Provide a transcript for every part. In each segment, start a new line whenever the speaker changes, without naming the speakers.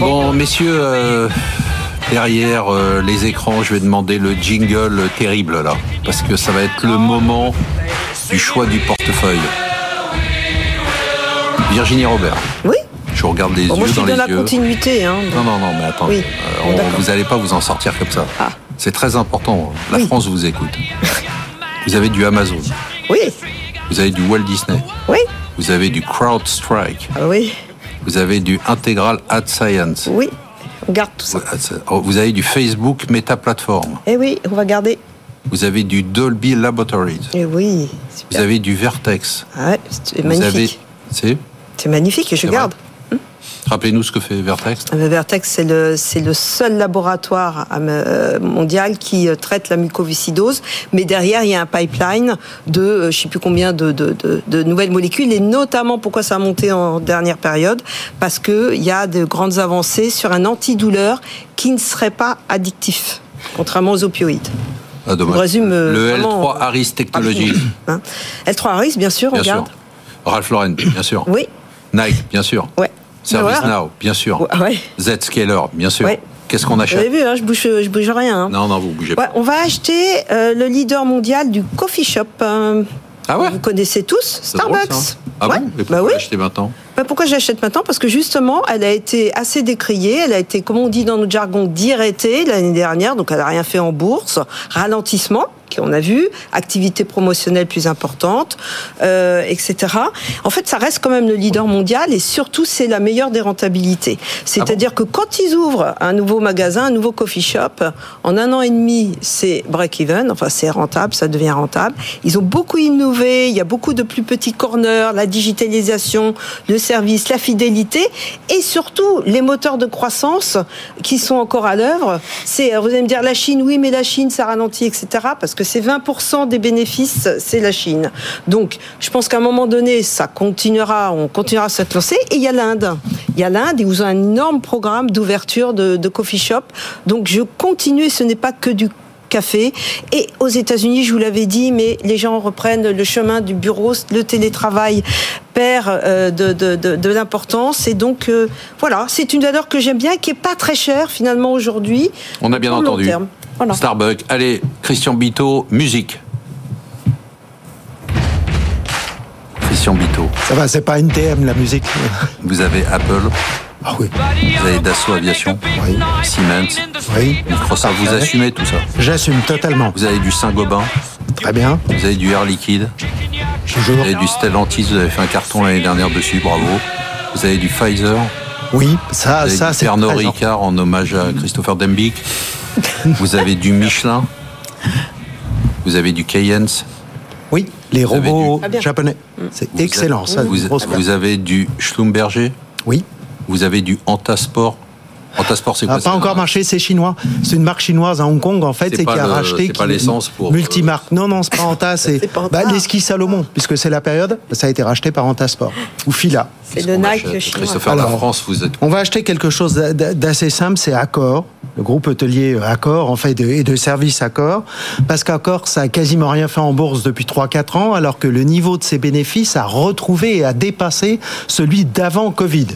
Bon, messieurs, euh, derrière euh, les écrans, je vais demander le jingle terrible là, parce que ça va être le moment du choix du portefeuille. Virginie Robert.
Oui
Je vous regarde les
Bon,
yeux
Moi, je suis
dans
dans
les
la
yeux.
continuité. Hein.
Non, non, non, mais attends. Euh,
Oui.
on-
Bon, d'accord.
vous n'allez pas vous en sortir comme ça.
Ah.
C'est très important. La France vous écoute. vous avez du Amazon.
Oui,
Vous avez du Walt Disney.
oui,
Vous avez du CrowdStrike.
ah oui,
Vous avez du Integral Ad Science.
oui. On garde tout ça.
oh, Vous avez du Facebook Meta Platform.
Eh oui, on va garder.
Vous avez du Dolby Laboratories.
Eh oui,
Vous
super.
avez du Vertex.
Ah ouais, c'est
Vous avez.
magnifique.
C'est
C'est magnifique et je
C'est vrai.
garde.
Rappelez-nous ce que fait Vertex.
Le Vertex, c'est le, c'est le seul laboratoire à me- euh, mondial qui euh, traite la mucoviscidose. Mais derrière, il y a un pipeline de euh, je sais plus combien de, de, de- de nouvelles molécules. Et notamment, pourquoi ça a monté en dernière période Parce qu'il y a de grandes avancées sur un antidouleur qui ne serait pas addictif, contrairement aux opioïdes.
Ah, dommage.
On résume, euh,
Le
vraiment,
L3 Harris Technologies.
Hein L3 Harris, bien sûr, on
Bien sûr.
garde.
Ralph Lauren, bien sûr.
Oui,
Nike, bien sûr.
ouais.
ServiceNow,
Voilà.
bien sûr.
Ouais, ouais.
Zscaler, bien sûr.
Ouais.
Qu'est-ce qu'on
Vous avez
achète
vu, hein, je bouge, je bouge rien. hein.
Non, non, vous bougez
Ouais,
pas.
on va acheter euh, le leader mondial du coffee shop. hein.
Ah ouais
Vous connaissez tous
C'est drôle,
Starbucks.
ça. Ah
Ouais,
bon Et pourquoi
bah oui.
l'acheter maintenant
Bah, pourquoi j'achète maintenant Parce que justement, elle a été assez décriée. Elle a été, comme on dit dans notre jargon, dirétée l'année dernière. Donc, elle n'a rien fait en bourse. Ralentissement qu'on a vu, activité promotionnelle plus importante, euh, etc. En fait, ça reste quand même le leader mondial et surtout, c'est la meilleure des rentabilités.
Ah
C'est-à-dire que quand ils ouvrent un nouveau magasin, un nouveau coffee shop, en un an et demi, c'est break-even, enfin c'est rentable, ça devient rentable. Ils ont beaucoup innové, il y a beaucoup de plus petits corners, la digitalisation, le service, la fidélité et surtout les moteurs de croissance qui sont encore à l'œuvre. C'est, vous allez me dire la Chine, oui, mais la Chine, ça ralentit, etc. Parce que c'est 20% des bénéfices, c'est la Chine. Donc, je pense qu'à un moment donné, ça continuera, on continuera à se lancer. Et il y a l'Inde. Il y a l'Inde, ils ont un énorme programme d'ouverture de, de coffee shop. Donc, je continue, ce n'est pas que du café. Et aux États-Unis, je vous l'avais dit, mais les gens reprennent le chemin du bureau, le télétravail perd euh, de, de, de, de l'importance. Et donc, euh, voilà, c'est une valeur que j'aime bien, qui est pas très chère finalement aujourd'hui.
On a bien
Pour le long
entendu.
terme. Voilà.
Starbucks. Allez, Christian Bito, musique. Christian Bito,
Ça va, c'est pas NTM la musique.
vous avez Apple,
Ah oui,
vous avez Dassault Aviation,
Oui.
Siemens,
oui,
Microsoft. Vous
Ouais.
assumez tout ça.
j'assume totalement.
Vous avez du Saint-Gobain,
Très bien,
vous avez du Air Liquide, vous
toujours.
avez du Stellantis, vous avez fait un carton l'année dernière dessus, bravo. Vous avez du Pfizer,
Oui, ça,
vous avez
Ah, ça,
du
c'est
Pernod
très gentil.
Ricard en hommage à Christopher Dembick, vous avez du Michelin, vous avez du Cayennes,
Oui, les
Vous avez
robots
du- Ah bien.
japonais. C'est
Vous
excellent,
avez-
ça.
Vous,
grosse
vous avez du Schlumberger,
Oui.
vous avez du Antasport. Antasport, c'est
Ça
quoi
n'a Ah, pas
c'est
encore
un-
marché, c'est chinois. C'est une marque chinoise à Hong Kong, en fait,
C'est
et qui
pas
a
le-
racheté.
c'est pas
qui-
l'essence pour- euh,
Multimarque. Non, non, c'est pas Anta, c'est.
C'est pas Anta.
Bah, les skis Salomon, puisque c'est la période, ça a été racheté par Anta Sport. Ou Fila.
C'est
Qu'est-ce
le
qu'on
Nike
achète
chinois.
Christopher, la
Alors-
France, vous êtes.
On va acheter quelque chose d'a- d'a- d'assez simple, c'est Accor, le groupe hôtelier euh, Accor, en fait, de- et de service Accor, parce qu'Accor, ça a quasiment rien fait en bourse depuis 3-4 ans, alors que le niveau de ses bénéfices a retrouvé et a dépassé celui d'avant Covid.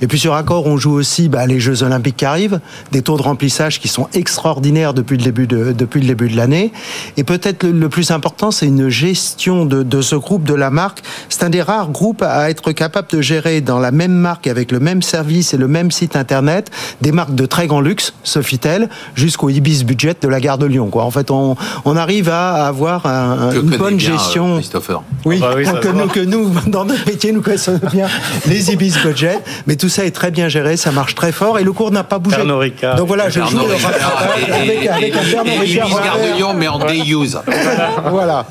Et puis sur Accor, on joue aussi bah, les Jeux Olympiques qui arrivent, des taux de remplissage qui sont extraordinaires depuis le début de, depuis le début de l'année. Et peut-être le, le plus important, c'est une gestion de, de ce groupe, de la marque. C'est un des rares groupes à être capable de gérer dans la même marque, avec le même service et le même site internet, des marques de très grand luxe, Sofitel, jusqu'au Ibis Budget de la gare de Lyon. Quoi. En fait, on, on arrive à avoir un-
que
une
connaît
bonne
bien, euh,
gestion.
Christopher.
Oui,
Ah bah oui, ça
que,
va.
nous, que nous, dans notre métier, nous connaissons bien les Ibis Budget, mais tout ça est très bien géré, ça marche très fort et le cours n'a pas bougé.
Pernod Ricard.
Donc voilà, je joue
Pernod
le
Ricard
rattrapage
et-
avec,
et-
avec un
et-
Pernod
et-
Ricard.
Ulysse Gare de
revers.
Lyon, mais en déuse.
Voilà.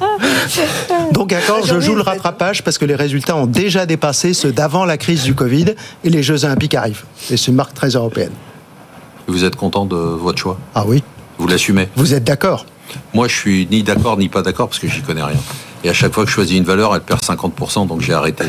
Donc d'accord, je
Aujourd'hui,
joue le
vous faites-
rattrapage parce que les résultats ont déjà dépassé ceux d'avant la crise du Covid et les Jeux Olympiques arrivent. Et c'est une marque très européenne.
Vous êtes content de votre choix
Ah oui,
Vous l'assumez
vous êtes d'accord
Moi, je suis ni d'accord ni pas d'accord parce que j'y connais rien. Et à chaque fois que je choisis une valeur, elle perd 50%, donc j'ai arrêté.